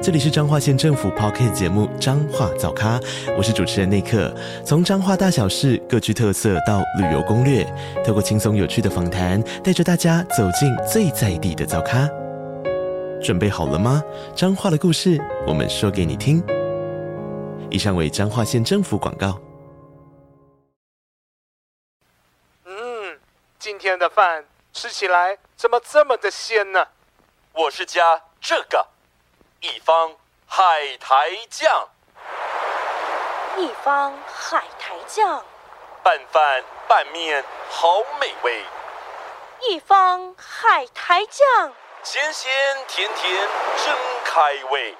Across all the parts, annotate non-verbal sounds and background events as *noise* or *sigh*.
这里是彰化县政府 p o c k t 节目《彰化早咖》，我是主持人内克。从彰化大小事各具特色到旅游攻略，透过轻松有趣的访谈，带着大家走进最在地的早咖。准备好了吗？彰化的故事，我们说给你听。以上为彰化县政府广告。嗯，今天的饭吃起来怎么这么的鲜呢？我是加这个，一方海苔酱，一方海苔酱，拌饭拌面好美味，一方海苔酱，咸咸甜甜真开胃，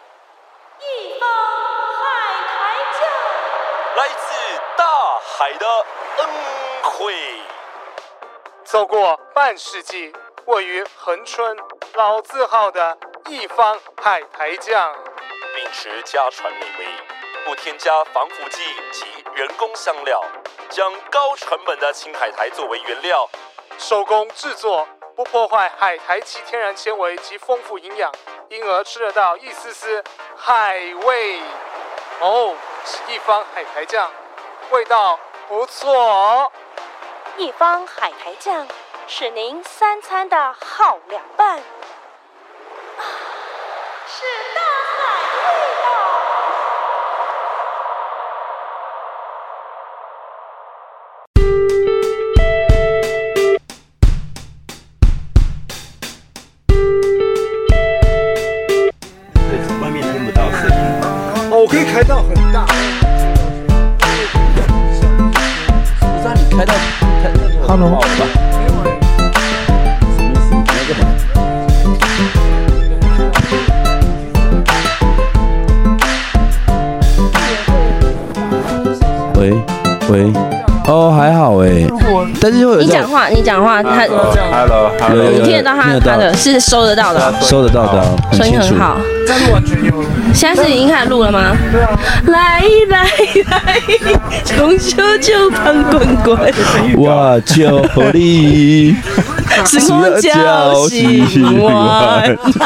一方海苔酱。来自大海的恩惠。走过半世纪，位于恒春老字号的一方海苔酱，秉持家传美味，不添加防腐剂及人工香料，将高成本的青海苔作为原料，手工制作，不破坏海苔其天然纤维及丰富营养，因而吃得到一丝丝海味。哦，是一方海苔酱，味道不错哦。一方海苔酱是您三餐的好凉拌，啊，是大海味道。外面听不到声音。哦，我可以开到很大。不是啊，你开到开到 Hello 好吧？什么意思？你那个很喂喂，哦还好哎，但是会有你这讲种话，你讲啊话，他 Hello 有 Hello，有你有听得到他听得他到的，是收得到的，收得到的，啊很声清音楚很。好。现在是已经开始录了吗？对啊。来来来，穷秋秋胖滚滚，我就和你时光叫醒我。 *laughs*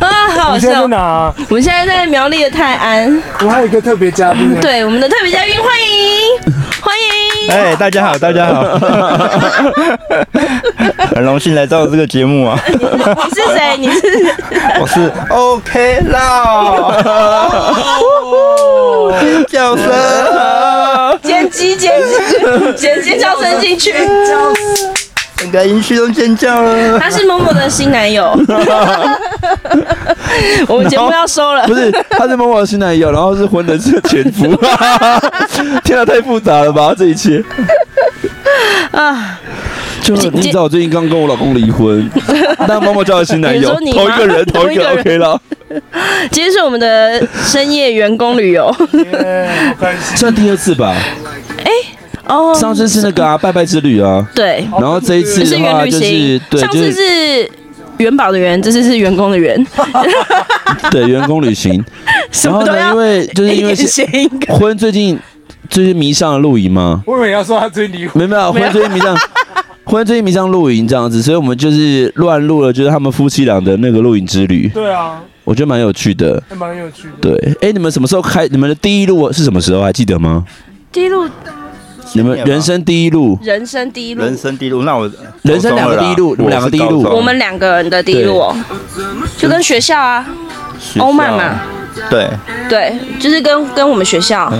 啊，好好笑！哪？我们现在在苗栗的泰安，我还有一个特别嘉宾。对我们的特别嘉宾，欢迎欢迎。哎，大家好，大家 *laughs* 好，很荣幸来到这个节目啊，你是谁？你是我是 OK 啦，叫声啊，剪辑剪辑剪辑叫声进去。整个营区都尖叫了。他是某某的新男友。我们节目要收了不，是，他是某某的新男友，然后是混的是前夫， *laughs* 天啊，太复杂了吧这一切啊！就今你知道我最近刚跟我老公离婚，但某某交了新男 *laughs* 友，你同说你吗一个人，同一个同一个人 OK 了。今天是我们的深夜员工旅游。算第二次吧，哦，上次是那个啊，拜拜之旅啊，对，然后这一次哦是的员话旅就是行。对，上就次是元宝的元，这次是员工的员，对员工旅 *laughs* 行。什然后么都呢，要因为就是因为一是点谐音梗。婚最近最近迷上了露营嘛，我以为要说他追离婚。没有没有，婚最近迷上。婚最近迷上露营这样子，所以我们就是乱录了，就是他们夫妻俩的那个露营之旅，对啊，我觉得蛮有趣的。还蛮有趣的。对，哎，你们什么时候开？你们的第一路是什么时候？还记得吗？第一路，你们人生第一路，人生第一路，人生第一路，那我人生两个第一路你们两个第一路我们两个人的第一路哦，就跟学校啊，欧曼嘛，对，对，就是跟跟我们学校。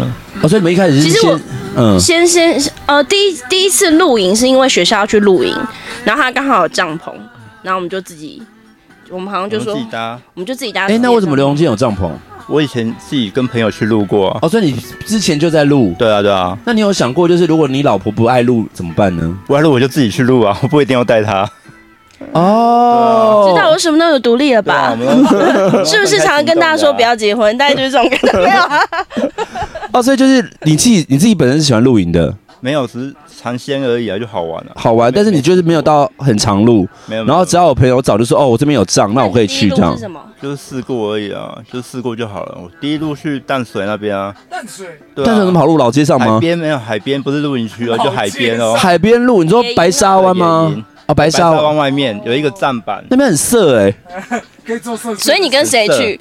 哦，所以你们一开始是其实我先，嗯，先先呃，第一第一次露营是因为学校要去露营，然后他刚好有帐篷，然后我们就自己，我们好像就说，自己搭。我们就自己搭。哎，那为什么刘？荣建有帐篷？啊我以前自己跟朋友去录过。哦，所以你之前就在录。对啊，对啊，那你有想过，就是如果你老婆不爱录怎么办呢？我要录我就自己去录啊， *laughs* 我不一定要带他。哦啊知道为什么那么独立了对啊吧 *laughs* 我？们都是不是常常跟大家说不要结婚？大家就是这种感觉。没有啊，哦，所以就是你自己你自己本身是喜欢露营的，没有，只是尝鲜而已啊，就好玩啊。好玩，但是你就是没有到很长路，没有，然后只只要要我朋友找就说哦，我这边有帐，那我可以去那这你 *laughs* 第一路样是。什么？就是试过而已啊，就试过就好了。我第一路去淡水那边啊，淡水对啊，但是有什么好路？老街上海吗？边没有，海边不是露营区啊哦，就海边哦。海边路，你说野营啊白沙湾野吗营？啊，白白沙沙湾湾外面有一个站 *laughs* 板，那边很色 *laughs* 哎，可以做设计，所以你跟谁去？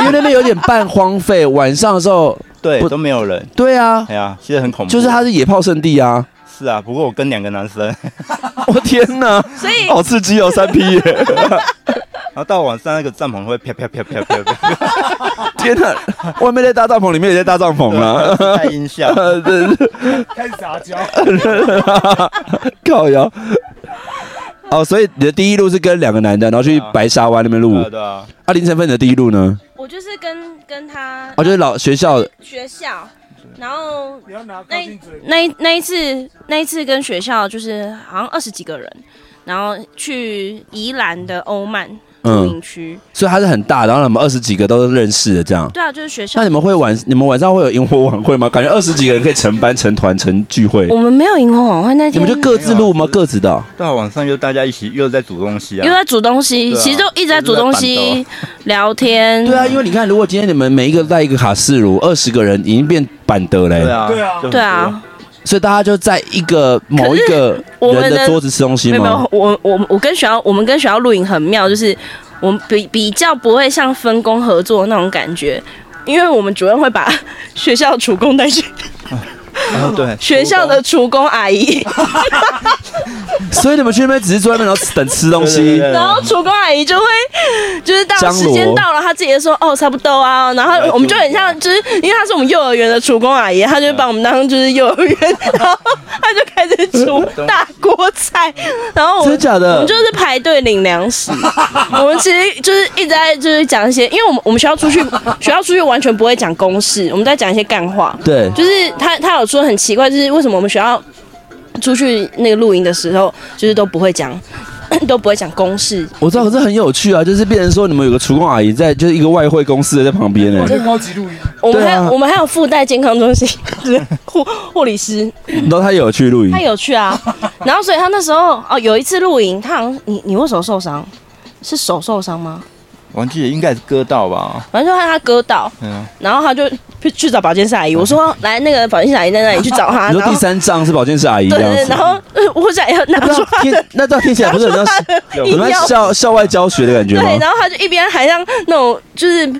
因为那边有点半荒废，晚上的时候，对不，都没有人。对啊，哎呀，其实很恐怖。就是它是野炮圣地啊！ *laughs* 是啊，不过我跟两个男生， *laughs* 我天哪，所以好刺激哦，三 P 耶！然后到晚上那个帐篷会啪啪啪啪啪啪，天哪，外面在搭帐篷，里面也在搭帐篷 *laughs* 啊！带音效。呃，真是开始杂交， *laughs* 靠腰。哦，所以你的第一路是跟两个男的，然后去白沙湾那边录对啊。对啊，啊，林晨芬，你的第一路呢？我就是跟跟他哦，就是老学校学校，然后你要拿靠那近嘴，那一那一次那一次跟学校就是好像二十几个人，然后去宜兰的欧曼露嗯，营区。所以它是很大，然后你们二十几个都认识的这样。对啊，就是学校那。你们会晚，你们晚上会有萤火晚会吗？感觉二十几个人可以成班、成团、成聚会我，们没有萤火晚会那你天，们就各自录没吗？有啊各自的哦、到晚上又大家一起又在煮东西又啊。在煮东西，对啊其实就一直在煮东一西、聊天。对啊，因为你看，如果今天你们每一个带一个卡式炉，二十个人已经变板德嘞、对啊，对啊就很对啊，所以大家就在一个某一个我们人的的桌子吃东西没有没吗有？，我我我跟学校，我们跟学校露营很妙，就是我们比比较不会像分工合作那种感觉，因为我们主任会把 *laughs* 学校厨工带去，多。啊对， *laughs* 学校的厨工阿姨，嗯所以你们去那边只是坐在那边然后等吃东 *laughs* 对对西对，对然后厨工阿姨就会就是到张罗时间到了，她自己就说哦差不多啊，然后我们就很像就是因为她是我们幼儿园的厨工阿姨，她就会把我们当就是幼儿园，然后她就开始煮大锅菜，然后我真的们假我的们？就是排队领粮食，我们其实就是一直在就是讲一些，因为我们我们学校出去学校出去完全不会讲公事，我们在讲一些干话，对，就是他他有说很奇怪，就是为什么我们学校出去那个露营的时候，就是都不会讲 *coughs* 都不会讲公事，我知道，可是很有趣啊，就是变成说你们有个厨工阿姨在，就是一个外汇公司的在旁边欸呢、我就高级录音，我们对还、啊有我们还有附带健康中心，就是 *laughs* 护护理师，然后她也有去露营他，有趣 *laughs* 啊，然后所以他那时候哦有一次露营，他好像你你为什么受伤？是手受伤吗？王记应该是割到吧？反正就害他割到，嗯啊，然后他就去去找保健室阿姨，我说来那个保健室阿姨在那里去找他，你然说后第三仗是保健室阿姨对这样对，子然。后 *laughs* 呃我想要拿那出这他样的听，那这样听起来不是 *laughs* 很像硬你们要校校外教学的感觉对，吗？然后他就一边还像那种就是。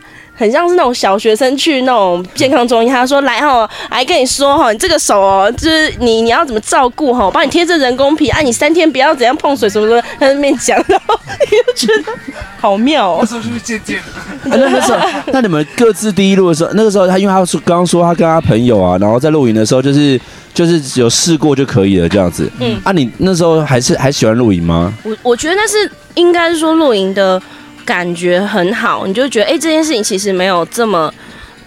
很像是那种小学生去那种健康中心，他说来哦，来跟你说哈，你这个手哦，就是你你要怎么照顾哈，我帮你贴这人工皮，啊，你三天不要怎样碰水什么什么，他在那边讲，然后你就觉得好妙那哦，时候就是渐渐的，哎那那时 *laughs* 候，那你们各自第一路的时候，那个时候他因为他说刚刚说他跟他朋友啊，然后在露营的时候就是就是有试过就可以了这样子。嗯嗯，啊，你那时候还是还喜欢露营吗？我我觉得那是应该是说露营的感觉很好，你就觉得哎、诶这件事情其实没有这么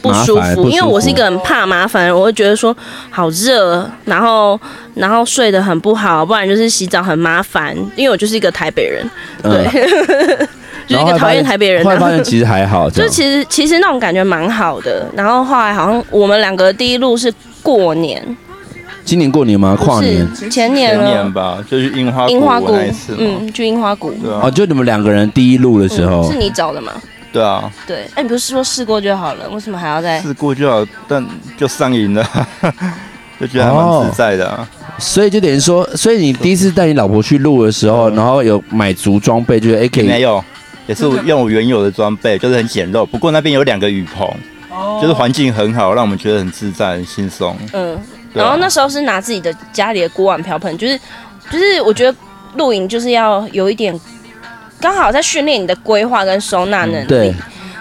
不舒麻烦不服，舒服因为我是一个很怕麻烦的人，我会觉得说好热，然后然后睡得很不好，不然就是洗澡很麻烦，因为我就是一个台北人，嗯对， *laughs* 就是一个讨厌台北人、后来发啊。现其实还 *laughs* 好，这就样其实其实那种感觉蛮好的，然后后来好像我们两个第一路是过年，今年过年吗？跨不年是前年前了年，吧，就是樱花樱花谷谷那一次，嘛。嗯，去樱花谷，对哦，啊，就你们两个人第一路的时嗯候是，你找的吗？对啊，对，哎、你不是说试过就好了，为什么还要哎再？试过就好，但就上瘾了， *laughs* 就觉得还蛮自在的啊。所以就等于说，所以你第一次带你老婆去露的时候，嗯然后有买足装备，就是哎可没以有，也是用我原有的装备，就是很简陋。不过那边有两个雨棚，哦就是环境很好，让我们觉得很自在、很轻松。嗯，对啊然后那时候是拿自己的家里的锅碗瓢盆，就是就是我觉得露营就是要有一点，刚好在训练你的规划跟收纳能力。嗯对，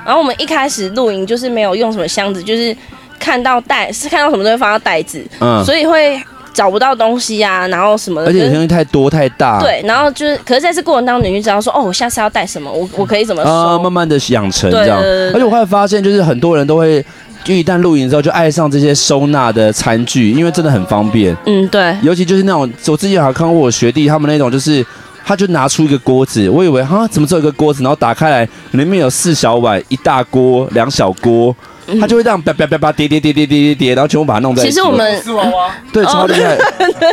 然后我们一开始露营就是没有用什么箱子，就是看到袋 *laughs* 是看到什么东西放到袋子，嗯，所以会找不到东西呀、然后什么的。而且有些就是东西太多太大，对，然后就是，可是在这过程当中，你就知道说，哦，我下次要带什么，我我可以怎么收。啊，慢慢的养成这样。对对对对而且我会发现，就是很多人都会，就一旦露营之后就爱上这些收纳的餐具，因为真的很方便。嗯，对，尤其就是那种，我之前好像看过我学弟他们那种，就是他就拿出一个锅子，我以为哈怎么只有一个锅子，然后打开来里面有四小碗、一大锅、两小锅，它就会这样叭叭叭叭叠叠叠叠叠叠叠，然后全部把它弄在一嗯其起。实我们 *laughs* 哦丝娃娃，对超厉害，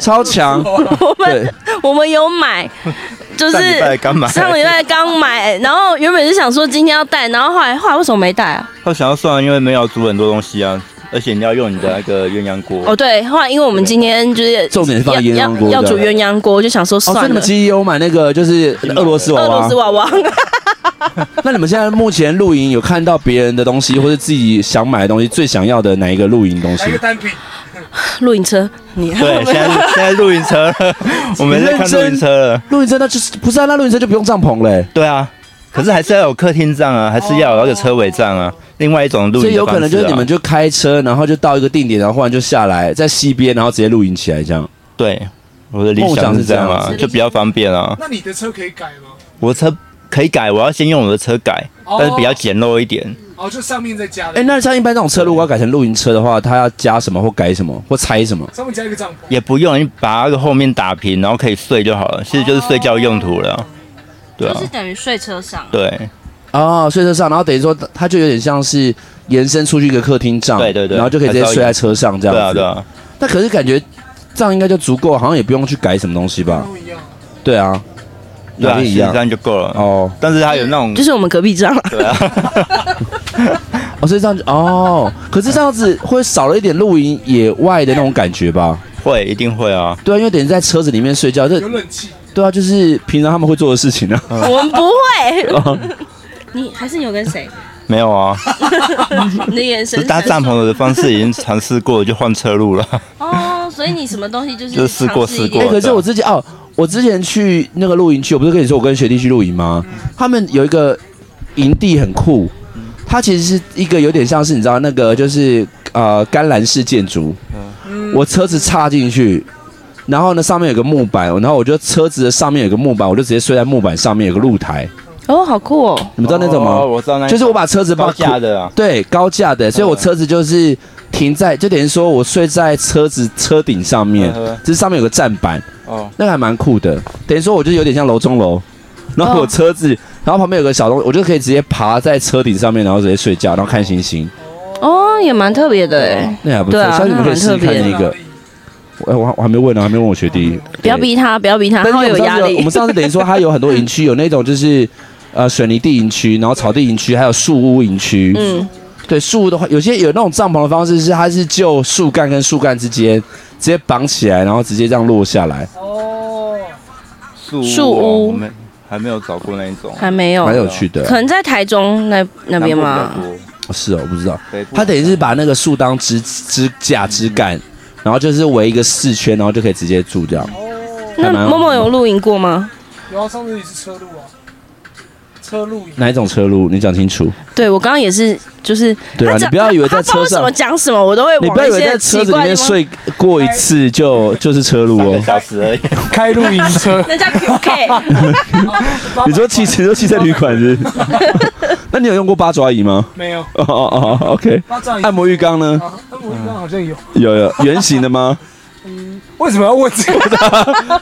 超强，我们对， *laughs* 我们有买，就是上礼拜刚买上礼拜刚买，然后原本是想说今天要带，然后后来后来为什么没带啊？他想要算，因为没有煮很多东西啊，而且你要用你的那个鸳鸯锅。哦，对，后来因为我们今天就是重点是放要鸳鸯锅要对要煮鸳鸯锅，就想说哦，所以算你了们，其实也有买那个就是俄罗斯娃呃俄娃罗斯。娃娃， *laughs* 那你们现在目前露营有看到别人的东西，或是自己想买的东西，最想要的哪一个露营东西来？个单品，露营车，你 *laughs* 对，现在现在露营车了，我们在看露营车了。露营车那就是不是啊？那露营车就不用帐篷欸嘞、对啊，可是还是要有客厅帐啊，还是要有那个车尾帐啊，另外一种露哦所营以的有方式啊可能就是你们就开车，然后就到一个定点，然后忽然就下来，在西边，然后直接露营起来这样。对我的理想是这样梦想啊，是就比较方便啊。那你的车可以改吗？我车可以改，我要先用我的车改，哦但是比较简陋一点。哦，就上面再加哎、的，那像一般这种车，如果要改成露营车的话，它要加什么或改什么或拆什么？上面加一个帐篷。也不用你把那个后面打平，然后可以睡就好了，其实就是睡觉用途了。哦对啊，等于睡车上对啊哦，睡车上，然后等于说它就有点像是延伸出去一个客厅帐，对对对然后就可以直接睡在车上这对样子。啊对啊，那可是感觉这样应该就足够，好像也不用去改什么东西吧？都一样，对啊，对啊，哪里其一实这样？样就够了。哦但是它有那种 *laughs* 就是我们隔壁这样啦，对啊，哦，所以这样就哦，可是这样子会少了一点露营野外的那种感觉吧？会一定会啊。对啊，因为等于在车子里面睡觉，这有冷气，对啊，就是平常他们会做的事情啊。 *laughs* 我们不会。你还是有跟谁？没有啊， *laughs* 你的眼就神是搭帐篷的方式已经尝试过了，就换车路了。哦，所以你什么东西就是就是试过试过哎、对可是我之前哦，我之前去那个露营区，我不是跟你说我跟学弟去露营吗？嗯他们有一个营地很酷，它其实是一个有点像是你知道那个就是呃甘蓝式建筑，嗯我车子插进去。然后呢，上面有个木板，然后我就车子的上面有个木板，我就直接睡在木板上面有个露台，哦，好酷哦！你们知道那种吗？哦我知道那一种，就是我把车子把包架的啊。对，高架的，所以我车子就是停在，就等于说我睡在车子车顶上面嗯哼，这上面有个站板，哦，那个还蛮酷的。等于说我就有点像楼中楼，嗯然后我车子，然后旁边有个小东西，我就可以直接爬在车顶上面，然后直接睡觉，然后看星星，哦，也蛮特别的哎，那还不错。对啊下次你们可以试试看那那个。哎，我还我还没问呢，我还没问我学弟。不要逼他，不要逼他，但是他会我有们压上次有我力们。上次等于说，它有很多营区，有那种就是呃水泥地营区，然后草地营区，还有树屋营区。嗯嗯，对树的话，有些有那种帐篷的方式是，它是就树干跟树干之间直接绑起来，然后直接这样落下来，树树哦屋我们还没有找过那一种，还没有，蛮有趣的。哦可能在台中那那边吗？哦是哦，我不知道。北部它等于是把那个树当支支架、枝干，然后就是围一个四圈，然后就可以直接住这样。那还蛮有默默有露营过吗？然后上次也是车路啊，车路营哪一种车路？你讲清楚。对我刚刚也是，就是对啊他讲你不要以为在他不知道车上什么讲什么，我都会你不要往以一为些在车奇子里怪面的地方。睡过一次就就是车路两哦个。哎小时而已。 *laughs* 开露营车， *laughs* 那叫啊 *laughs* QK，你说汽车，你说汽车旅馆是不是？ *laughs* 那你有用过八爪椅吗？没有，哦哦哦，OK。巴掌椅按摩浴缸呢？啊，按摩浴缸好像有，有有圆形的吗？为什么要问这个？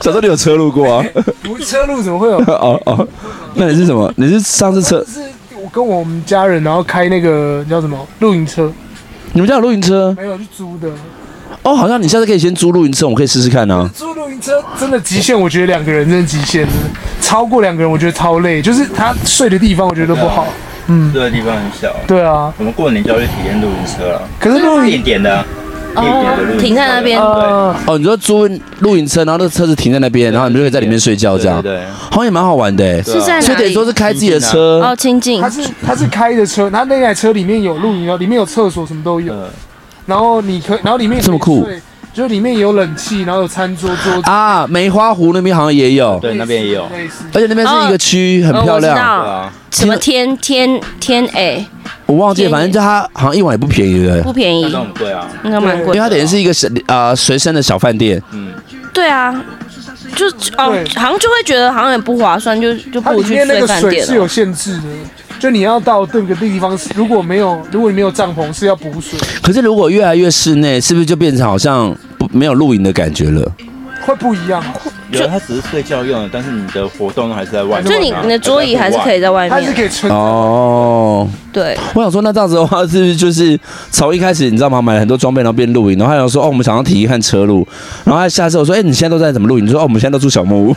小时候你有车路过啊？不车路怎么会有？哦哦，那你是什么？你是上次车？是我跟我们家人，然后开那个叫什么露营车，你们家有露营车？没有去租的。哦，好像你下次可以先租露营车，我们可以试试看啊。租露营车真的极限，我觉得两个人真的极限，真的超过两个人我觉得超累，就是他睡的地方我觉得都不好。这个地方很小，对啊，我们过年就要去体验露营车了，可是露营定点的啊，定点的露营车哦停在那边对啊，哦，你说租露营车，然后那车子停在那边，然后你们就可以在里面睡觉，这样对对对，好像也蛮好玩的欸。对啊是在所以哪等于里说？是开自己的车哦，，清境他。是他是开的车，他那台车里面有露营哦，里面有厕所，什么都有。嗯然后你可，然后里面这么酷对，就里面有冷气，然后有餐桌桌子，啊，梅花湖那边好像也有，对，那边也有，对类似而且那边是一个区，很哦漂我知亮。道，啊，什么天天天 A 我忘记，便宜反正就它好像一晚也不便宜的，不便宜，那很贵啊，应该蛮因为贵。它等于是一个小啊随身的小饭店。嗯，对啊，就哦对，好像就会觉得好像也不划算，就就不它如里去面那睡个饭水店哦是了。有限制的，就你要到这个地方，如果没有，如果你没有帐篷是要补水，可是如果越来越室内，是不是就变成好像不没有露营的感觉了？会不一样。有啊，它只是睡觉用的，但是你的活动还是在外面啊。就你你的桌椅还是可以在外它是面，可以存哦，对，我想说，那这样子的话，是不是就是从一开始你知道吗？买了很多装备，然后变露营，然后还有说，哦，我们想要体验看车 *laughs* 路，然后他下次我说，哎、你现在都在怎么露营？你说，哦，我们现在都住小木 *laughs* 屋，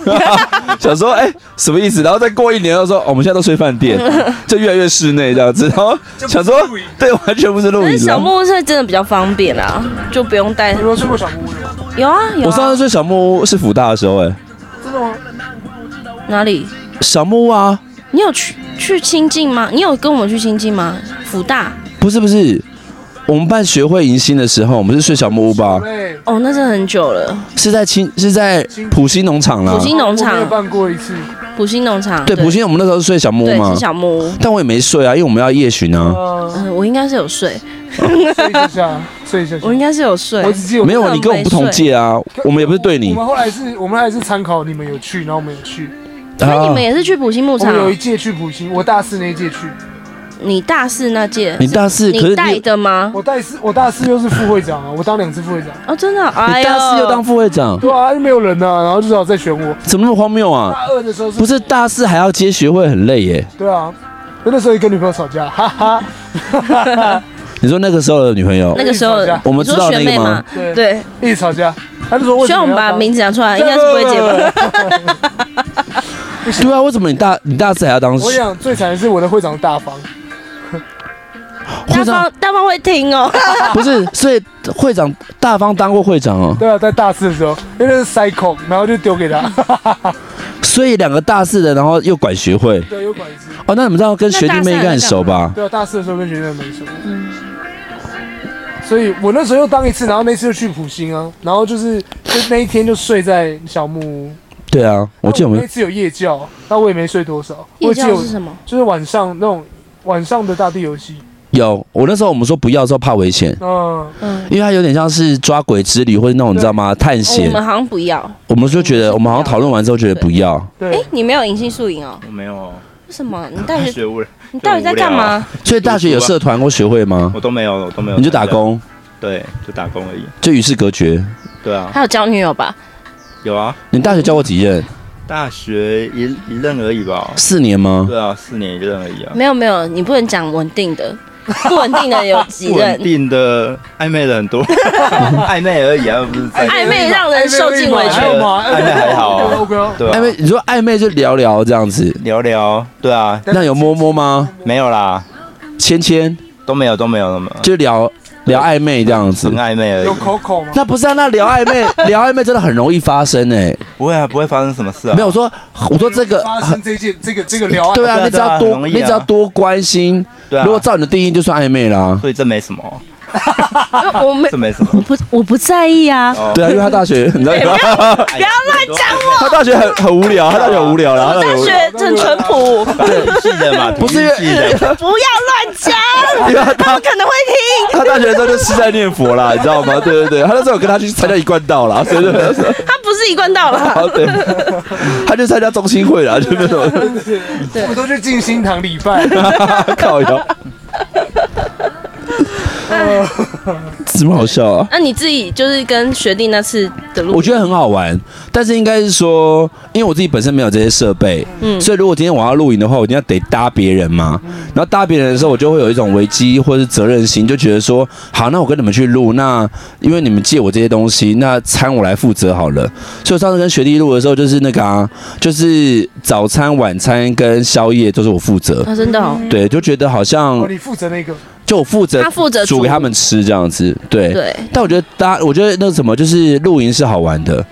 想说，哎、什么意思？然后再过一年又说，哦，我们现在都睡饭 *laughs* 店，就越来越室内这样子，然后想说，对，完全不是露但是营小了。木屋是真的比较方便啦，就不用带。你有睡过小木屋吗？有啊有我上啊次，睡小木屋是福大的时候、哎，真的吗？哪里？小木屋啊，你有去去清境吗？你有跟我们去清境吗？福大不是不是，我们办学会迎新的时候，我们是睡小木屋吧？对，哦，那是很久了，是在青是在普兴农场啦普。兴农哦我没有场，办过一次。普兴农场，对，普兴我们那时候是睡小木屋对嘛是，小木屋，但我也没睡啊，因为我们要夜巡啊。呃，嗯，我应该是有睡， *laughs* 睡一下，睡一下。 *laughs* 我应该是有睡我，只记得没有啊，我你跟我们不同届啊，我们也不是对我你们后来是，我们后来是参考你们有去，然后我们有去。那你啊们。也是去普兴牧我场们？有一届去普星，我大四那一届去，你大四那届，你大四，可是你带你的吗？我大四我大四又是副会长啊，我当两次副会长。哦，真的，你哎呦，大四又当副会长，对啊，又没有人呐、然后就只好再选我。怎么那么荒谬啊？大二的时候是不是大四还要接学会，很累耶。对啊，我那时候也跟女朋友吵架，哈哈，你说那个时候的女朋友那，个时候一直吵架我们你知说道学那个妹吗嘛？？*laughs* 对，对，一直吵架。他就说为希什望么我们要把当名字讲出来，应该是不会结吧？对啊，为什么你大你大四还要当我想最惨的是我的会长大方，会大长？方大方会听哦，不是，所以会长大方当过会长哦，对啊，在大四的时候，因为那是塞孔，然后就丢给他，所以两个大四的，然后又管学会。对，又管一次。哦，那你们这样跟学弟妹应该很熟吧？对啊，大四的时候跟学长没熟，所以我那时候又当一次，然后那次就去普星啊，然后就是就那一天就睡在小木屋。对啊，我记得我那们一次有夜教，但我也没睡多少。我夜记得教我是什么？就是晚上那种晚上的大地游戏，有，我那时候我们说不要之后怕危险，嗯，嗯，因为它有点像是抓鬼之旅或者那种你知道吗探哦我险，们好像不要。我们就觉得我们好像讨论完之后觉得不要，对。哎，你没有银杏树营哦？我没有，为什么？你到大底学我你到底在干嘛？所以大学有社团或学会吗？我都没有，我都没有。啊你就打？工，对，就打工而已。就与世隔绝。对啊， *laughs* 还有交女友吧？有啊，你大学交过几任？大学一一任而已吧。四年吗？对啊，四年一任而已啊。没有没有，你不能讲稳定 *laughs* 的，不稳定的有几不稳任？定的暧昧的很 *laughs* 多，暧昧而已啊，又不是在暧昧让人受尽委屈还。有吗？暧昧还好啊 OK 哦。对啊暧昧，你说暧昧就聊聊这样子，聊聊，对啊，那有摸摸吗？没有啦，牵牵都没有都没有那么就聊聊暧昧这样子很。暧昧而有已， Coco 吗？那不是啊，那聊暧昧， *laughs* 聊暧昧真的很容易发生哎、不会啊，不会发生什么事啊，没有我说，我说这个发生这件这个这个聊啊，对啊，对啊你只要对啊很多，容易你啊只要多关心。对啊，如果照你的定义，就算暧昧啦。所以这没什么，啊我没这没什么，哎 *laughs* 我不我不在意啊，哦对啊，因为他大学， *laughs* *laughs* 你知道吗？不要乱讲我，他大学很很无聊，他大学很无聊啦。他大大学学很淳 *laughs* 朴，对，系的嘛，不是因为体育系的，不要乱讲，因为他他他们可能会听，他大学的时候就是在念佛 *laughs* 啦，你知道吗？对对对，他那时候有跟他去参加一贯道啦，所以就他不是一贯道啦。 *laughs* 啊对，他去参加中心会啦，就那种我都去静心堂礼拜。靠腰。 *laughs* *laughs* 怎么好笑啊？那你自己就是跟学弟那次的路，我觉得很好玩，但是应该是说，因为我自己本身没有这些设备，嗯所以如果今天我要露营的话，我一定要得搭别人嘛。然后搭别人的时候，我就会有一种危机或是责任心，就觉得说，好，那我跟你们去录，那因为你们借我这些东西，那餐我来负责好了。所以我上次跟学弟录的时候，就是那个啊，就是早餐、晚餐跟宵夜都是我负责。啊，真的哦，对，就觉得好哦，像你负责那个，就我负责他负责煮给他们吃这样子，对。对，但我觉得搭，我觉得那个什么，就是露营是好玩的，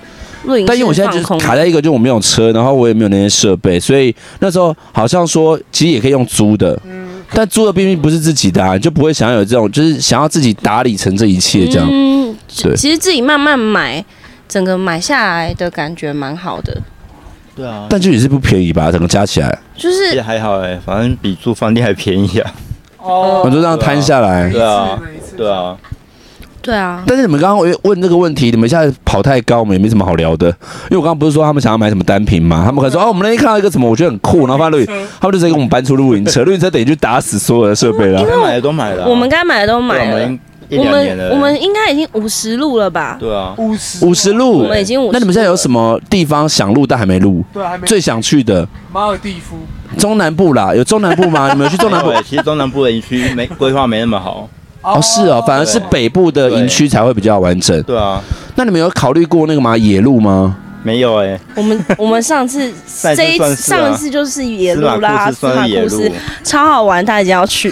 露营但因为我是现在放就是空卡在一个，就我没有车，然后我也没有那些设备，所以那时候好像说，其实也可以用租的，嗯但租的并并不是自己的、啊，你就不会想要有这种，就是想要自己打理成这一切这样。嗯，对其实自己慢慢买，整个买下来的感觉蛮好的，对啊，但就也是不便宜吧，整个加起来，就是也还好哎，反正比住饭店还便宜啊，我哦，就这样摊下来。对啊每一次，对啊，对啊，但是你们刚刚问这个问题，你们现在跑太高，我们也没什么好聊的。因为我刚刚不是说他们想要买什么单品嘛，他们可能嗯说哦，我们那天看到一个什么，我觉得很酷，然后发现 *laughs* 露营，他们就直接给我们搬出露营车，露营车等于就打死所有的设备了因。为该买的都买了啊，我们该买的都对啊买我了，们一我两年们了。我们应该已经五十路了吧？对啊，五十五十路，我们已经50那你们现在有什么地方想录但还没录？对，啊还没最想去的马尔地夫，中南部啦，有中南部吗？你们有去中南部对，？其实中南部的营区没规划没那么好。哦，是哦，反而是北部的营区才会比较完整。对啊，那你们有考虑过那个吗？野路吗？没有哎、我们我们上次 *laughs* 上一次这一算是啊上一次就是野司路马啦，库斯算是野路司马库斯超好玩，大家要 *laughs* 去，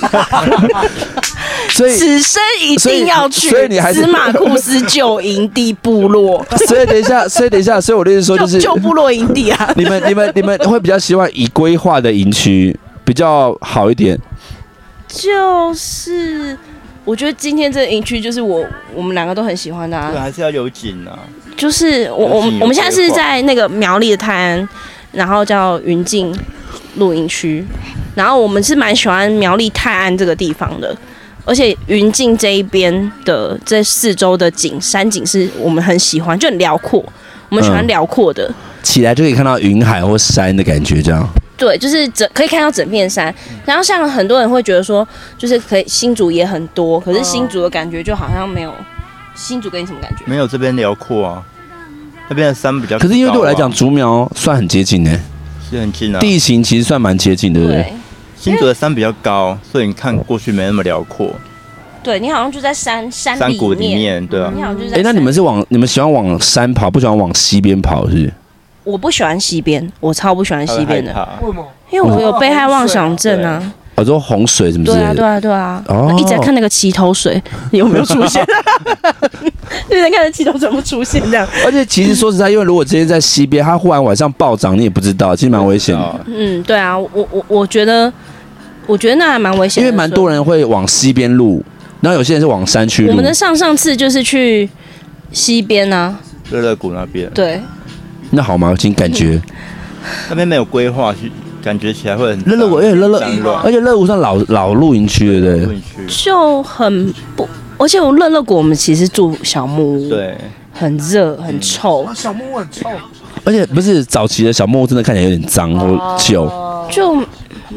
所以，此生一定要去。所以所以你还是司马库斯旧营地部落， *laughs* 所以等一下，所以等一下，所以我的意思 *laughs* 说旧就是，。旧部落营地啊 *laughs* 你们你们你们会比较希望以规划的营区比较好一点。就是我觉得今天这个营区就是我我们两个都很喜欢的、啊对，，还是要有景啊。就是我我有景有我们现在规是划在那个苗栗的泰安，然后叫云静露营区，然后我们是蛮喜欢苗栗泰安这个地方的，而且云静这一边的这四周的景山景是我们很喜欢，就很辽阔，我们喜欢嗯辽阔的。起来就可以看到云海或山的感觉，这样。对，就是整可以看到整片山，然后像很多人会觉得说，就是可以新竹也很多，可是新竹的感觉就好像没有新竹给你什么感觉？没有这边辽阔啊，那边的山比较、啊可是因为对我来讲，，竹苗算很接近呢、是很近啊。地形其实算蛮接近，对不对？对，新竹的山比较高，所以你看过去没那么辽阔，对你好像就在山山山谷里里面嗯面对啊你。好像就是在哎、那你山们是往你们喜欢往山跑，不喜欢往西边跑，是不是？我不喜欢西边，我超不喜欢西边的，他会为什么？因为我有被害妄想症啊。我哦说洪水什么之对类啊，的。对啊，对啊。哦一直在看那个齐头水 *laughs* 有没有出 *laughs* 现，一直在看那齐头水有没有出现这样。而且其实说实在，因为如果今天在西边，它忽然晚上暴涨，你也不知道，其实蛮危险怕的。啊嗯，对啊，我我我觉得，我觉得那还蛮危险因的，为蛮多人会往西边路，然后有些人是往山区所以。路。我们的上上次就是去西边啊，热热谷那边，对，那好吗？请感觉嗯那边没有规划，去感觉起来会很乐乐谷，而且乐乐脏乱，而且乐谷算老老露营区，对不对？混区，就很不，而且我乐乐谷我们其实住小木屋，，对，很热很臭，小木屋很臭，而且不是早期的小木屋，真的看起来有点脏哦或旧。哦就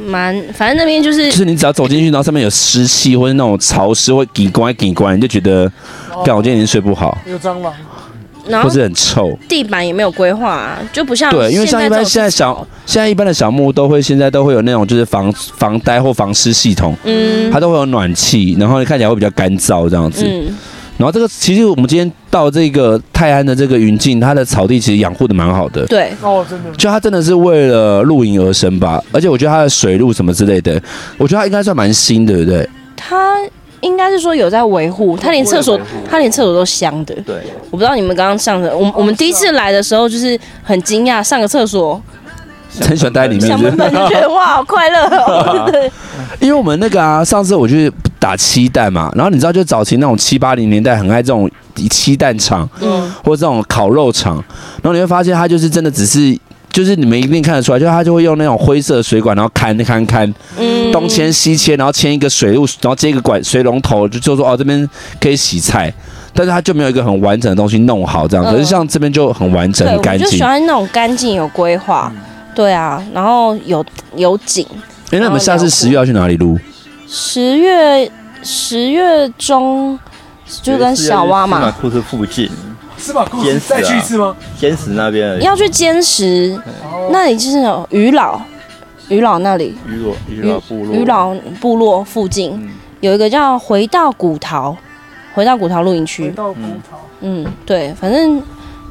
蛮，反正那边就是就是你只要走进去，然后上面有湿气或者那种潮湿，会给关给关，你就觉得，哦干我今天已经睡不好，有蟑螂。然后或是很臭。地板也没有规划、啊，就不像对，因为像一般现现在小现在一般的小木屋都会现在都会有那种就是防防呆或防湿系统，嗯它都会有暖气，然后看起来会比较干燥这样子。嗯然后这个其实我们今天到这个泰安的这个云境，它的草地其实养护的蛮好的。对哦，真的，就它真的是为了露营而生吧，而且我觉得它的水路什么之类的，我觉得它应该算蛮新的，对不对？它应该是说有在维护，它连厕所它连厕所都香的，对，我不知道你们刚刚上的，我们我们第一次来的时候就是哦很惊讶，上个厕所很喜欢待在里面，香是不喷是喷就觉得哇好快乐 *laughs* 哦，对，因为我们那个啊，上次我去打七蛋嘛，然后你知道，就早期那种七八零年代很爱这种七蛋厂嗯或者这种烤肉厂，然后你会发现它就是真的只是。就是你们一定看得出来，就是它就会用那种灰色的水管，然后看看看，嗯东千牵西牵，然后牵一个水路，然后接一个管水龙头，就就说哦这边可以洗菜，但是它就没有一个很完整的东西弄好这样。嗯可是像这边就很完整、对，很我干就净嗯喜。欢那种干净有规划，对啊，然后有有景，哎，那你们下次十月要去哪里录？十月十月中就跟小蛙司马嘛，库斯附近，司马库斯淹死啊再去一次吗？嗯尖石那边而已。要去坚石哦，那里就是有渔老，渔老那里，渔落渔落部落，渔老部落附近嗯有一个叫回到古陶，回到古陶露营回区，到古陶，嗯，对，反正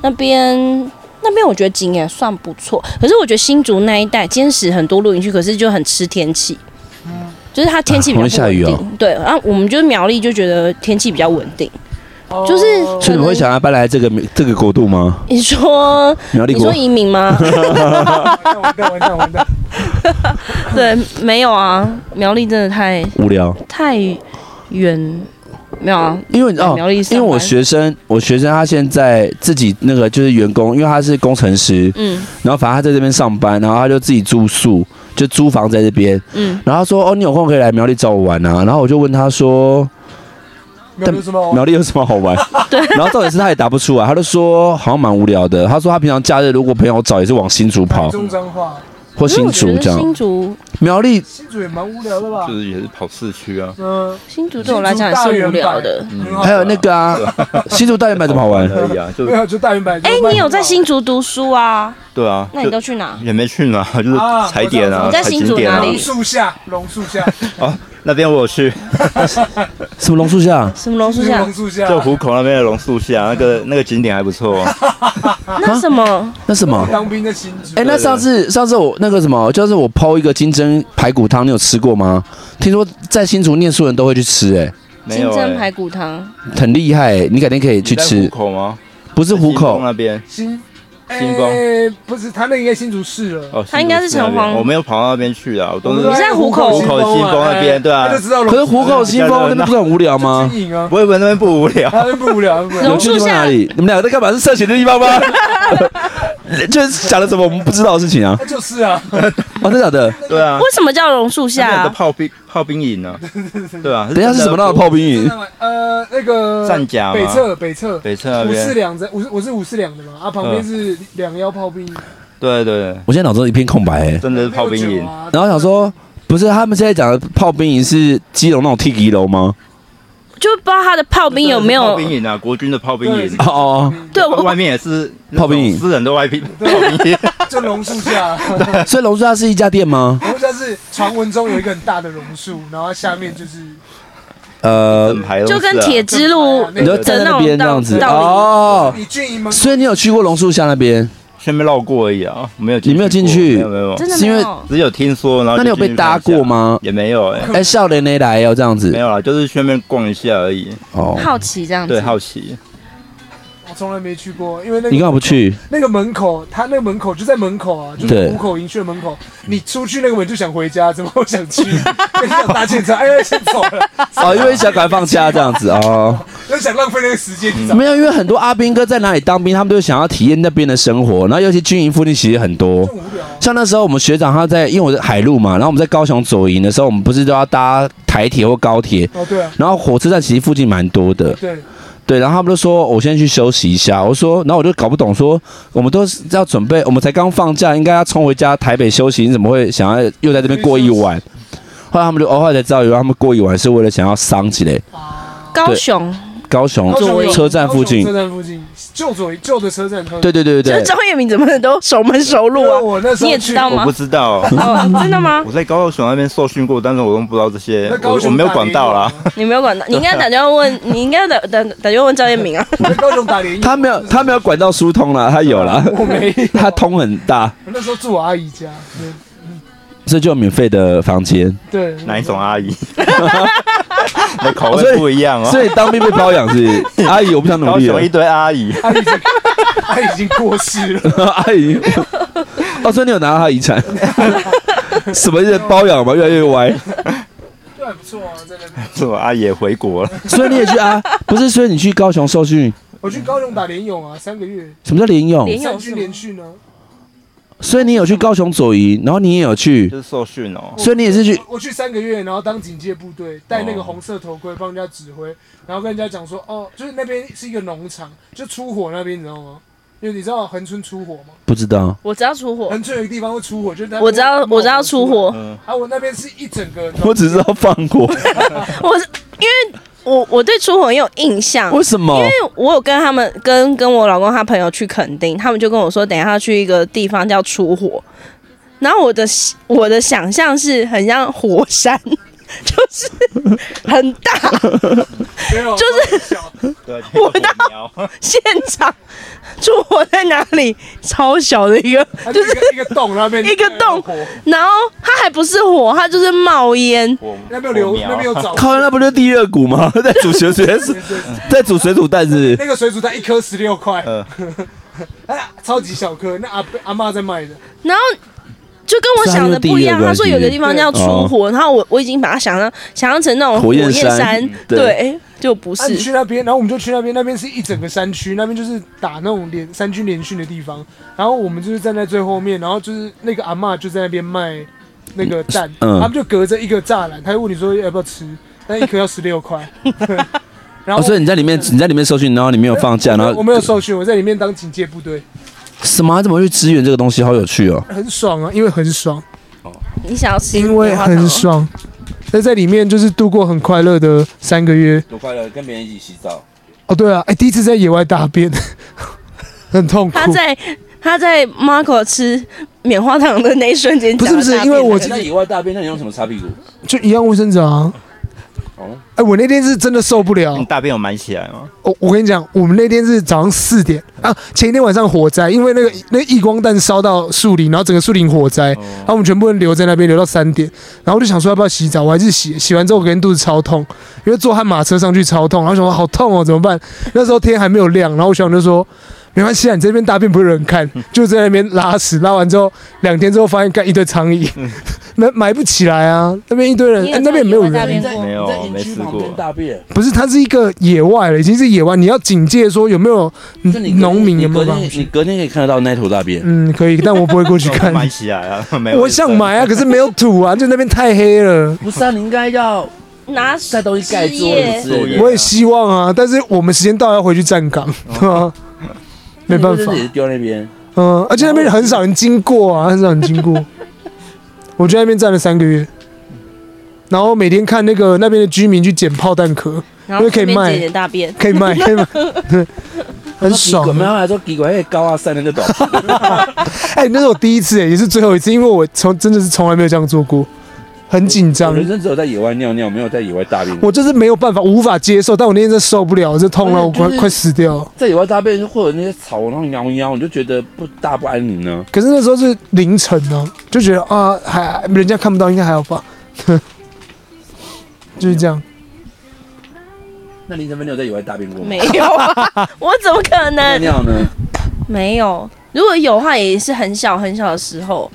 那边。那边我觉得景也算不错，可是我觉得新竹那一带坚石很多露营区，可是就很吃天气，就是它天气比啊较容易不下雨稳哦定。对，然后我们就是苗栗就觉得天气比较稳定，哦就是所以你们会想要搬来这个这个国度吗？你说苗栗你国说？移民吗？ *laughs* 哦完蛋完蛋完蛋，对，没有啊，苗栗真的太无聊。太远，没有啊，因为你在哦，苗栗因上为我班学生，我学生他现在自己那个就是员工，因为他是工程师，嗯然后反正他在这边上班，然后他就自己住宿，就租房在这边。嗯，然后他说：“哦，你有空可以来苗栗找我玩啊。”然后我就问他说没有什么：“苗栗有什么好玩？” *laughs* 对。然后重点是他也答不出来，他就说好像蛮无聊的。他说他平常假日如果朋友找也是往新竹跑嗯台，中彰化，或新因为竹我觉这得新样。竹，苗栗新竹也蛮无聊的吧就？嗯是也是跑市区啊，嗯，新竹对我来讲也是无聊的。新竹大圆柏很好还有那个啊，新竹大圆柏怎么好玩？而已啊，就没有就大圆柏。哎、你有在新竹读书啊？对啊，那你都去哪？也没去哪，就是啊踩点啊，我知道踩你在新景竹点啊哪，榕里树下，榕树下，哦，那边我有去，什么榕树下？什么榕树下榕？树下，就虎口那边的榕树下，那个那个景点还不错，哦 *laughs* 啊那什么？那什么？当兵的新竹哎、。那上次上次我那个什么，就是我抛一个金针排骨汤，你有吃过吗？听说在新竹念书人都会去吃、没清有蒸排哎，骨汤，哎，很厉害、哎，你改天可以去你在虎吃，口吗？不是虎新口丰，那边新新光哎不是，他那个应该新竹市了。哦，它应该是新竹那边城隍我没有跑到那边去啊，我都是你是在虎口虎口新丰那边对啊他就知道榕可树是下。虎口新丰那啊边不是很无聊 *laughs* 吗？军营啊，不会不会那边不无聊，他就不无聊，他就不无有聊榕。趣的树地方下哪里？你们两个在干嘛？是涉嫌的地方吗？ *laughs* 就是讲了什么我们不知道的事情啊？他就是 *laughs* 啊，哦，真的假的？对啊，为什么叫榕树下那边有个啊？炮兵炮兵营 *laughs* 呢，对啊，等一下是什么那样的炮兵营？呃，那个战甲吗北侧北侧北侧那五四边，嗯两在，我是我是五四两的嘛，啊，旁边是两幺炮兵，对对对，我现在脑中一片空白哎、真的是炮兵营，啊然后想说，不是他们现在讲的炮兵营是基隆那种 T 级楼吗？ *laughs* 就不知道他的炮兵有没炮有兵营啊，国军的炮兵营对。哦哦，对我外面也是那炮种兵营私人的外兵炮兵 *laughs* 营，就榕树下， *laughs* 哦所以龙树下是一家店吗？榕树下是传闻中有一个很大的榕树，然后下面就是呃，整排都是就啊跟铁之路你你就就站在的那种边这道样子道理。哦。你军营门口所以你有去过龙树下那边？前面绕过而已啊，没有，你没有进去没有没有，没有真的是没因为有，只有听说，然后那你有就进去被看搭一下过吗也没有哎，哎，笑脸没来哦，这样没子有啦，就是去那边逛一下而已，哦。好奇这样子。对，好奇，我从来没去过，因为那你干嘛个 *laughs* 不去？那个门口，他那个门口就在门口啊，就是对虎口营区的门口，你出去那个门就想回家，怎么会想去？ *laughs* 就想搭建车，哎呀，先走了，哦，因为想赶快放假这样子哦。 *laughs* 就想浪费那个时间，你知道吗没有，因为很多阿兵哥在哪里当兵，他们都想要体验那边的生活。然后尤其军营附近其实很多就，无聊啊。像那时候我们学长他在，因为我在海陆嘛，然后我们在高雄左营的时候，我们不是都要搭台铁或高铁，哦，对啊，然后火车站其实附近蛮多的，对，对。然后他们就说我先去休息一下，我说，然后我就搞不懂说，我们都是要准备，我们才刚放假，应该要冲回家台北休息，你怎么会想要又在这边过一晚？嗯后来他们就，哦，后来才知道，原来他们过一晚是为了想要伤起来。高雄高雄高雄有车站附高近雄，车站附近，旧左营旧的车站，对对对对就是对， *laughs* 张彦明怎么都熟门熟路因为啊？我那时候你也去知道我吗不？知道，哦，真的吗？ *laughs* 我在高雄那边受训过，但是我都不知道这些那，我高雄我没有管到啦，你没有管到，你应该打电话问，你应该打打打电话问赵彦明啊。我在高雄 *laughs* 打联谊，他没有，他没有管道疏通了，他有了，我没有他通很大，我那时候住我阿姨家，这就有免费的房间，对，对 *laughs* 哪一种？ *laughs* 阿姨？你的口哦所以味不一样哦，所以当兵被包养 *laughs* 是阿姨，我不想努高力了雄一，堆阿姨，阿姨已经阿姨已经过世了， *laughs* *laughs* 阿姨，哦，所以你有拿到他遗产， *laughs* 什么意思？包养嘛，越来越歪，对，还不错啊，在那边。 *laughs* 什么阿姨也回国了，所以你也去啊？不是，所以你去高雄受训，我去高雄打联勇啊，三个月，什么叫联联勇？勇三军连训呢。所以你有去高雄左营，然后你也有去就，是受训哦，所以你也是去我去三个月，然后当警戒部队，戴那个红色头盔帮人家指挥，然后跟人家讲说，哦，就是那边是一个农场，就出火那边，你知道吗？因为你知道恒春出火吗？不知道，我知道出火，恒春有一个地方会出火，就是那边我知道冒我知道出火，嗯，啊，我那边是一整个农，我只知道放 *laughs* 火，我是因为我我对出火很有印象，为什么因？为我有跟他们跟跟我老公他朋友去垦丁，他们就跟我说，等一下要去一个地方叫出火。然后我的我的想象是很像火山， *laughs* 就是很大没有，就是对，我知道，现场，出火在哪里？超小的一个，就是一个洞那边一个洞火，然后它还不是火，它就是冒烟。我那边有我流，那瞄边有沼靠，那不就地热谷吗？ *laughs* 在煮水水 *laughs* 在煮水煮蛋是不是？那个水煮蛋一颗十六块，嗯 *laughs* 啊，超级小颗，那阿伯阿妈在卖的，然后就跟我想的不一样。他说有个地方叫出火，然后我我已经把它想象想象成那种哦火焰焰山对对，就不啊，你是。去那边，然后我们就去那边，那边是一整个山区，那边就是打那种连三军联训的地方，然后我们就是站在最后面，然后就是那个阿嬷就在那边卖那个蛋，嗯他们就隔着一个栅栏，他就问你说要不要吃，但一颗要十六块，然哦后哦，所以你在里面，你在里面搜寻，然后你没有放假，然我后没有受训，我在里面当警戒部队，什么啊、怎么去支援这个东西？好有趣哦！很爽啊，因为很爽，你想要吃棉花糖？因为很爽，所以在里面就是度过很快乐的三个月。多快乐，跟别人一起洗澡。哦，对啊，哎、第一次在野外大便， *laughs* 很痛苦他。在他在 Marco 吃棉花糖的那一瞬间，不是不是讲了大便因为我的那野外大便，那你用什么擦屁股？就一样卫生纸啊。哦哎、我那天是真的受不了你。大便有埋起来吗？哦我、我跟你讲，我们那天是早上四点啊，前一天晚上火灾，因为那个那个异光弹烧到树林，然后整个树林火灾，然后我们全部人留在那边留到三点，然后我就想说要不要洗澡，我还是洗，洗完之后我隔天肚子超痛，因为坐悍马车上去超痛，然后想说好痛哦，怎么办？那时候天还没有亮，然后我想就说。没关系啊，你这边大便不会有人看，就在那边拉屎，拉完之后两天之后发现干一堆苍蝇，买买不起来啊，那边一堆人，你有哎那边也没有苍蝇大人便，没有，没试过。大便，不是，它是一个野外了，已经是野外，你要警戒说有没有嗯农民有没有办法你隔天可以看得到那坨大便，嗯，可以，但 *laughs* 我不会过去看。埋起来啊，没有。我想埋啊，可是没有土啊，就那边太黑了。不是啊？你应该要拿在东西盖住汁液之类的我也希望啊，但是我们时间到要回去站岗，对吧？ *laughs* 没办法那你不是，也丢那边，嗯，而且那边很少人经过啊，很少人经过。 *laughs* 我就在那边站了三个月，然后每天看那个那边的居民去捡炮弹壳，然后可顺以便卖解解大便。可以卖，可以卖， *laughs* 对，很爽啊我。们来说，奇怪，那个高啊，三那个 *laughs* 短，哎、那是我第一次、哎，也是最后一次，因为我从真的是从来没有这样做过，很紧张我。人生只有在野外尿尿，没有在野外大便。我就是没有办法，我无法接受。但我那天真的受不了，这痛了，我而且就快是快死掉了。在野外大便或者那些草，然后摇一摇，你就觉得不大不安宁呢。可是那时候是凌晨呢、就觉得啊，还人家看不到，应该还好吧， *laughs* 就是这样。那林晨飞，你有在野外大便过吗？没有 *laughs* 啊，我怎么可那能尿呢？没有？如果有的话，也是很小很小的时候。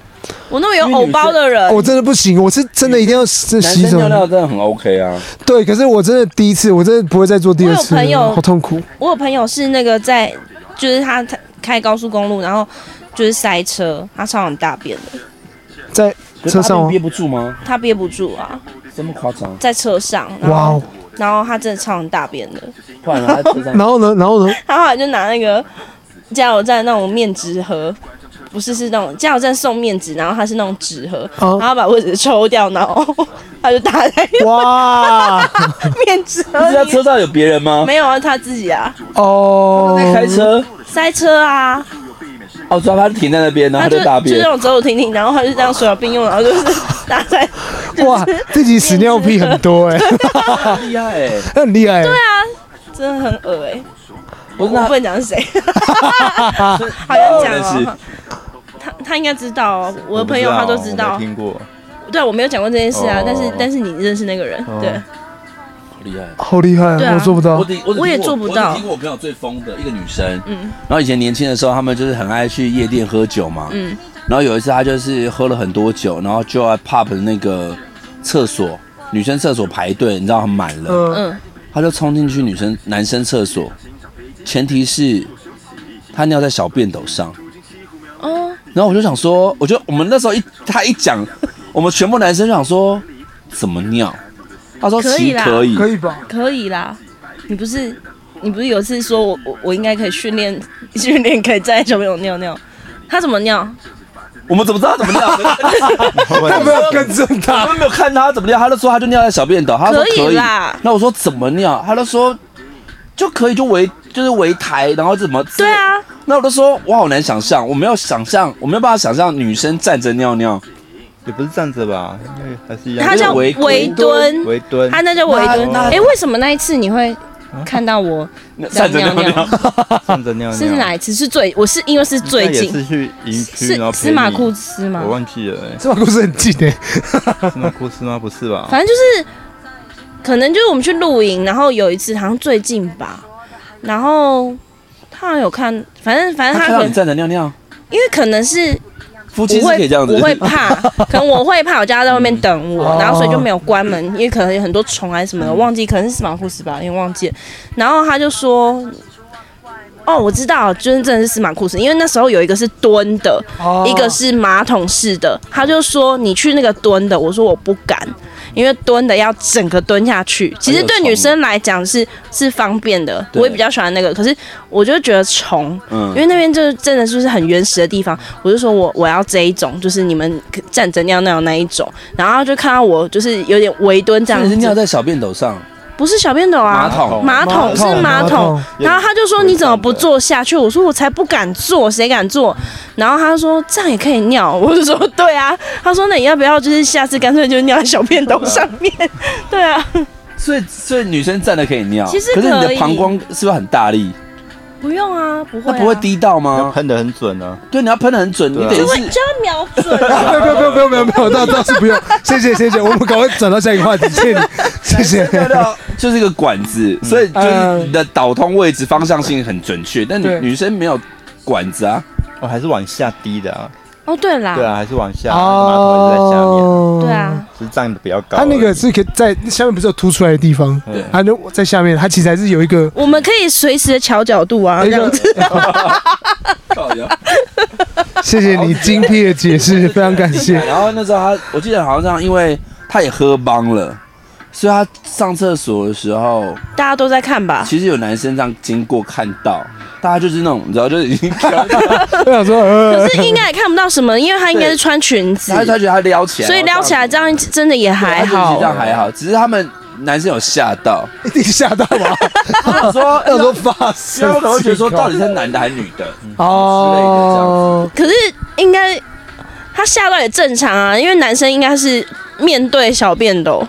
我那么有偶包的人，我真的不行，我是真的一定要洗男洗生手尿。尿真的很 OK 啊，对，可是我真的第一次，我真的不会再做第二次我有朋了，友好痛苦。我有朋友是那个在，就是他他开高速公路，然后就是塞车，他超想大便的，在可是车大上哦便吗憋？不住吗？他憋不住啊，这么夸张？在车上，然哇后啊哦！然后他真的超想大便的，换了 *laughs* 他在车上然后呢？然后呢？他后来就拿那个加油站那种面纸盒，不是是那种加油站送面纸，然后它是那种纸盒，哦啊然后把位置抽掉，然后他就打在 *laughs* 哇面纸不盒是在里。车上有别人吗？ *laughs* 没有啊，他自己啊，哦！在开车，塞车啊，哦，知道他停在那边，然后他他就就大就那便。种走走停停，然后他就这样手脚并用，然后就是 *laughs* 打在，就是哇，自己屎尿屁很多 *laughs* 哎、厉害欸，那很厉害、欸。对啊，真的很恶哎、不是我那不能讲是谁，好像讲但是哦，他他应该知道哦，我的不朋友啊他都知我道没，听过。 *laughs* 对，我没有讲过这件事啊哦，但是但是你认识那个人，对。好厉害。好厉害、对啊我做不到。我只我只我也听做不到我只听过我朋友最疯的一个女生，嗯然后以前年轻的时候，他们就是很爱去夜店喝酒嘛，嗯然后有一次她就是喝了很多酒，然后就在 pub 的那个厕所，女生厕所排队，你知道很满了，嗯，嗯，她就冲进去女生男生厕所，前提是她尿在小便斗上，哦，然后我就想说，我就我们那时候一她一讲， *laughs* 我们全部男生就想说怎么尿，她说可以其实啦可以，可以吧？可以啦。你不是你不是有一次说我我我应该可以训练训练可以站在小朋友尿尿，他怎么尿？我们怎么知道她怎么尿？要不要跟着 *laughs* 他他？们没有看他怎么尿，他就说他就尿在小便斗，他说可可以以啦那我说怎么尿，他就说就可以就围就是围台，然后怎么对。啊，那我就说我好难想象，我没有想象，我没有办法想象女生站着尿尿，也不是站着吧，因为还是一样。他叫那围围蹲，围蹲，他那叫围蹲。那那哎，为什么那一次你会看到我在站着尿尿尿？站着尿尿。是哪一次？是最我是因为是最那也近，是去营区，是然后陪司马你库斯吗我？忘记了、欸，这把故事很近哎、司马库斯吗？不是吧？反正就是，可能就是我们去露营，然后有一次好像最近吧，然后他好像有看，反正反他正看他可到能你站着尿尿，因为可能是夫妻我是可以会这样子我，*laughs* 会怕，可能我会怕，我叫他在外面等我，嗯然后所以就没有关门，因为可能有很多嗯虫还是什么的，忘记可能是司马护士吧，因为忘记了。然后他就说，哦，我知道，就是真的是司马库斯，因为那时候有一个是蹲的，哦一个是马桶式的，他就说你去那个蹲的，我说我不敢，因为蹲的要整个蹲下去。其实对女生来讲是是方便的，哎对我也比较喜欢那个，可是我就觉得虫，嗯因为那边就是真的就是很原始的地方，我就说我我要这一种，就是你们站着尿尿那一种，然后他就看到我就是有点围蹲这真样的是子，尿在小便斗上，不是小便斗马啊，桶马桶是马马桶桶，然后他就说对你怎么不坐下去？我说我才不敢坐，谁敢坐？然后他说这样也可以尿，我就说对啊。他说那你要不要就是下次干脆就尿在小便斗上 *laughs* 面？对啊，所以所以女生站着可以尿，其实可是你可的以膀胱是不是很大力？不用啊，不会、那啊，不会，滴到要吗？喷的很准啊。对，你要喷的很准，你对啊等于就会是就要瞄 *laughs* 准。不要不要不要不要不要，倒倒是不用，谢谢谢谢，我们赶快转到下一个话题，谢谢你，谢尿谢。到 *laughs* 就是一个管子，所以就是你的导通位置方向性很准确，但女对女生没有管子啊，哦，还是往下滴的啊？哦，对啦，对啊，还是往哦下，马桶还是在下面，对啊，只是站的比较高而它已。那个是可以在下面不是有凸出来的地方，对它那在下面，它其实还是有一个我们可以随时的调角度啊，哎一这个样子。靠腰谢谢你精辟的解释，非常感 *laughs* 谢。然后那时候他，我记得好像因为他也喝帮了，所以他上厕所的时候，大家都在看吧，其实有男生这样经过看到，大家就是那种你知道，就是已经然 *laughs* 我想说，呃可，是应该也看不到什么，因为他应该是穿裙子，后他觉得他撩起来，所以撩起来这样真的也还然后他就觉得好这。样还好，只是他们男生有吓到，一定吓到吧？他说要说发然生，后我会觉得说到底是男的还是女的？哦，可是应该他吓到也正常啊，因为男生应该是面对小便斗，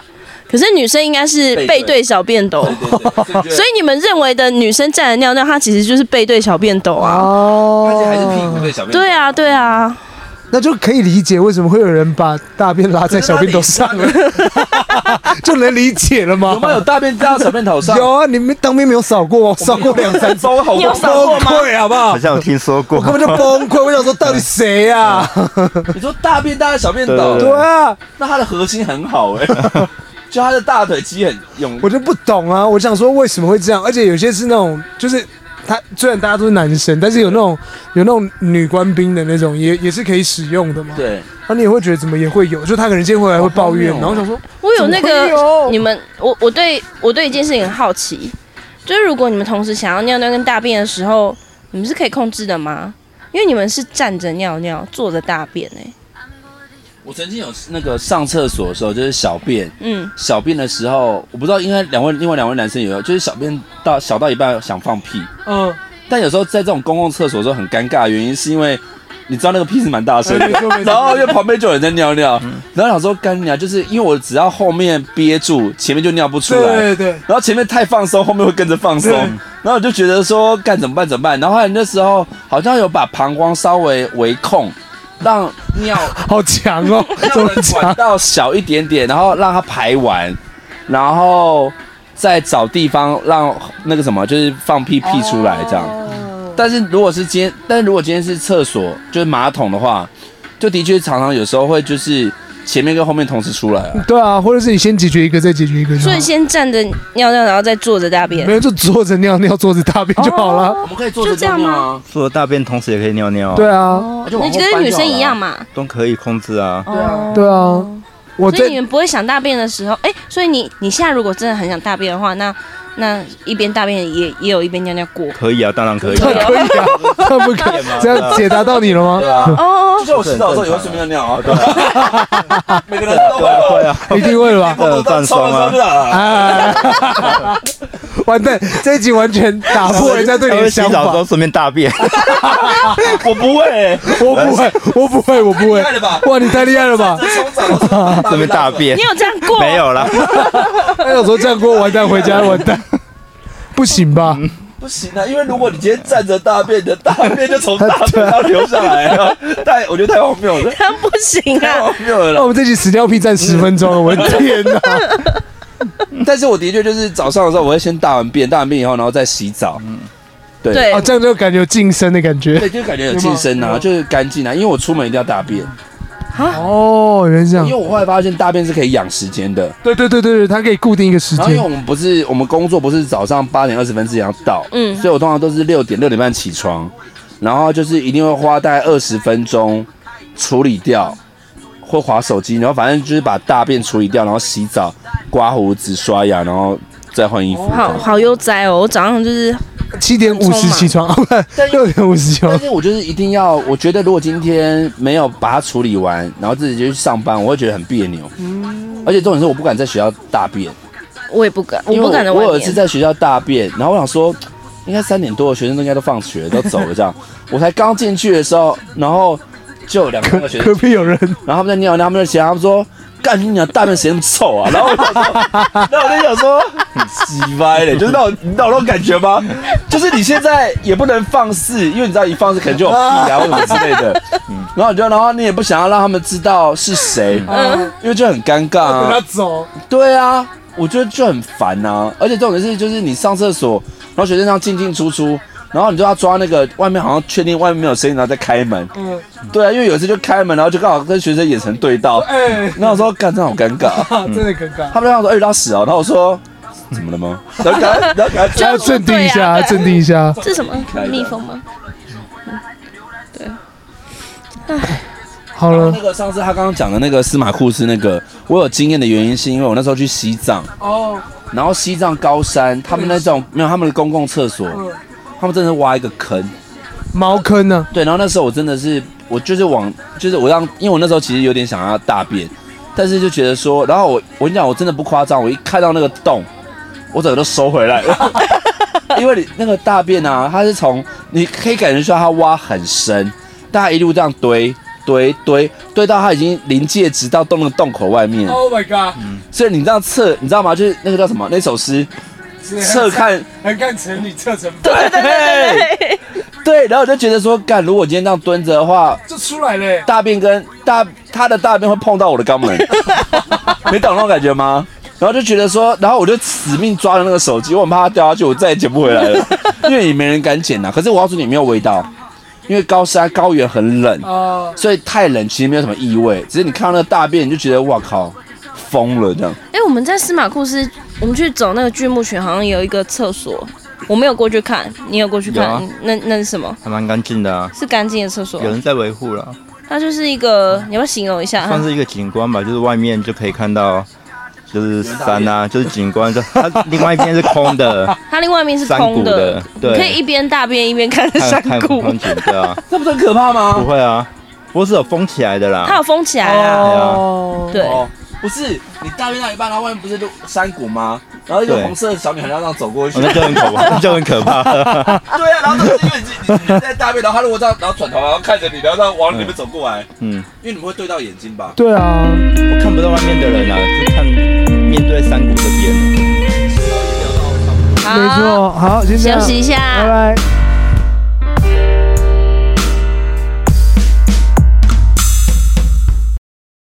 可是女生应该是背对背对小便斗。对对对，所以觉所得以你们认为的女生站着尿尿，她其实就是背对小便斗啊？哦，而且还是屁股对小便。对啊，对啊，那就可以理解为什么会有人把大便拉在小便斗上了， *laughs* 就能理解了吗有？没有大便掉到小便头上？有啊，你们当兵没有扫过哦，扫过两三 *laughs* 次，包好你有多。扫过崩吗？溃好不好好？像有听说过我，根本就 *laughs* 崩溃，我想说到底谁啊？你说大便掉到小便对斗， *laughs* 对啊，那他的核心很好 *laughs* 哎、就他的大腿肌很用我就不懂啊，我想说为什么会这样？而且有些是那种，就是他虽然大家都是男生，但是有那种有那种女官兵的那种，也也是可以使用的嘛。，对，然后你也会觉得怎么也会有，就他可能今天回来会抱怨，好荒然谬后哦想说我有那怎么个会有你们，我我对我对一件事情很好奇，就是如果你们同时想要尿尿跟大便的时候，你们是可以控制的吗？因为你们是站着尿尿，坐着大便哎、我曾经有那个上厕所的时候，就是小便，嗯，小便的时候，我不知道，应该两位另外两位男生有没有，就是小便到小到一半想放屁，嗯，但有时候在这种公共厕所的时候很尴尬，原因是因为你知道那个屁是蛮大声的没，错没错 *laughs* 嗯然后就旁边就有人在尿尿，然后想说干尿，就是因为我只要后面憋住，前面就尿不出来。对对对，然后前面太放松，后面会跟着放松对，然后我就觉得说干怎么办怎么办？然后后来那时候好像有把膀胱稍微围控，让尿好强 *laughs* 哦，怎让么人管强？道小一点点，然后让它排完，然后再找地方让那个什么，就是放屁屁出来这样。但是如果是今天，但是如果今天是厕所，就是马桶的话，就的确常常有时候会就是前面跟后面同时出来啊。对啊，或者是你先解决一个，再解决一个就好，所以先站着尿尿，然后再坐着大便啊没。有就坐着尿尿，坐着大便就好了。我们可以坐就这样吗？除了大便，同时也可以尿尿啊，对啊，哦，就往那后就跟翻女就好生一了样嘛。都可以控制啊。对啊对啊，我所在以你们不会想大便的时候，哎、所以你你现在如果真的很想大便的话，那那一边大便也也有一边尿尿过。可以啊，当然可以这啊。可以啊，这 *laughs* 不可以，这 *laughs* 样解答到你了吗？对啊，哦，就我洗澡的时候也会顺便尿啊，对啊，每个人都会吧。对啊，一定会了吧？这很放松啊。啊， *laughs* 哎，完蛋，这一集完全打破人家对你他的会洗想澡的时法候。顺便大 *laughs* 便，我不会欸，我不会，我不会，我不会太厉害了吧。哇，你太厉害 *laughs* 了吧！冲澡的时候顺便大便你。有这样过？没。 *laughs* 有啦，他有时候这样给我完蛋，回家完蛋， *laughs* 不行吧？不行啊，因为如果你今天站着大便，你的大便就从 *laughs* 大腿上流下来 *laughs* 了，太我觉得太荒谬了，不行太啊！荒谬了那啦。我们这集屎尿屁占十分钟了，我的 *laughs* 天哪！但是我的确就是早上的时候，我会先大完便，大完便以后，然后再洗澡，对对哦，，这样就感觉有晋升的感觉。对，就感觉有晋升啊，就是干净啊，因为我出门一定要大便，哦，原来是这样因为。我后来发现大便是可以养时间的。对对对对对，它可以固定一个 *laughs* 时然后因间为。我们不是我们工作不是早上八点二十分之前要到，嗯所以我通常都是六点六点半起床，然后就是一定会花大概二十分钟处理掉，或划手机，然后反正就是把大便处理掉，然后洗澡、刮胡子、刷牙，然后再换衣服。好好悠哉哦！我早上就是七点五十起床，不， *laughs* 六点五十起床但。是我就是一定要，我觉得如果今天没有把它处理完，然后自己就去上班，我会觉得很别扭。嗯而且重点是我不敢在学校大便，我也不敢，我因为不敢在我外有一次面。在学校大便，然后我想说，应该三点多的学生都应该都放学都走了这样，我才刚进去的时候，然后就有两三个学隔生，壁有人，然后他们在尿尿，他们在嫌他们说。干你娘！大便谁那么臭啊？然后我就说，然后我就想说，很鸡掰嘞，就是那种你懂那种感觉吗？就是你现在也不能放肆，因为你知道一放肆可能就有屁啊或什么之类的。嗯然后你就，然后你也不想要让他们知道是谁，嗯因为就很尴尬啊。走。对啊，我觉得就很烦啊。而且重点是，就是你上厕所，然后学生这样进进出出，然后你就要抓那个外面好像确定外面没有声音，然后再开门。嗯，对啊，因为有一次就开门，然后就刚好跟学生眼神对到，哎，那我说干，这样好尴尬。啊真的尴尬。他们就想说，哎、拉屎啊，然后我说。怎么了吗？然后赶快，然后赶要快，镇定一下，对啊对啊镇定一下。 *laughs* 这是什么啊来的蜜蜂吗？好然后了那，个上次他刚刚讲的那个司马库斯那个，我有经验的原因是因为我那时候去西藏哦，然后西藏高山，他们那种没有他们的公共厕所，他们真的是挖一个坑，茅坑啊呢？对，然后那时候我真的是，我就是往，就是我让，因为我那时候其实有点想要大便，但是就觉得说，然后我我跟你讲，我真的不夸张，我一看到那个洞，我整个都收回来了， *laughs* 因为你那个大便啊，它是从你可以感觉出来它挖很深，但它一路这样堆堆堆堆到它已经临界值到洞的洞口外面， Oh my god！所以你这样侧，你知道吗？就是那个叫什么那首诗，侧看还看成女侧成，啊对对对对 *laughs* 对，然后我就觉得说，干，如果我今天这样蹲着的话，就出来了。大便跟大他的大便会碰到我的肛 *laughs* 门，你懂那种感觉吗？然后就觉得说，然后我就死命抓着那个手机，我很怕它掉下去，我再也捡不回来 *laughs* 了，因为也没人敢捡啊呐、可是我告诉你，没有味道，因为高山高原很冷，啊，所以太冷其实没有什么异味，只是你看到那个大便你就觉得哇靠，疯了这样。哎、我们在司马库斯，我们去走那个巨木群，好像有一个厕所，我没有过去看，你有过去看？有啊那那是什么？还蛮干净的啊，是干净的厕所有，人在维护了，嗯它就是一个，你要不要形容一下？算是一个景观吧，就是外面就可以看到。就是山啊，就是景观，就它另外一边是空的，它另外一面是山空谷的，的，你对，可以一边大便一边看着看山看谷，风景，对 *laughs* 啊，那不是很可怕不吗？会啊，不过是有封起来的它啦有，封起哎来啦。哦，对，哦，不是，你大便到一半，然后外面不是就山谷吗？然后一个对红色的小女孩要这样走过去哦，那就很可怕，那就很可怕。 *laughs* *laughs* 对啊，然后就是因为你你你在大便，然后他如果这样，然后转头，然后看着你，然后这样往你们走过来，嗯，因为你们会对到眼睛吧？对啊，我看不到外面的人啊，是看面对山谷这边。好没错。好，先这样休息一下。拜拜。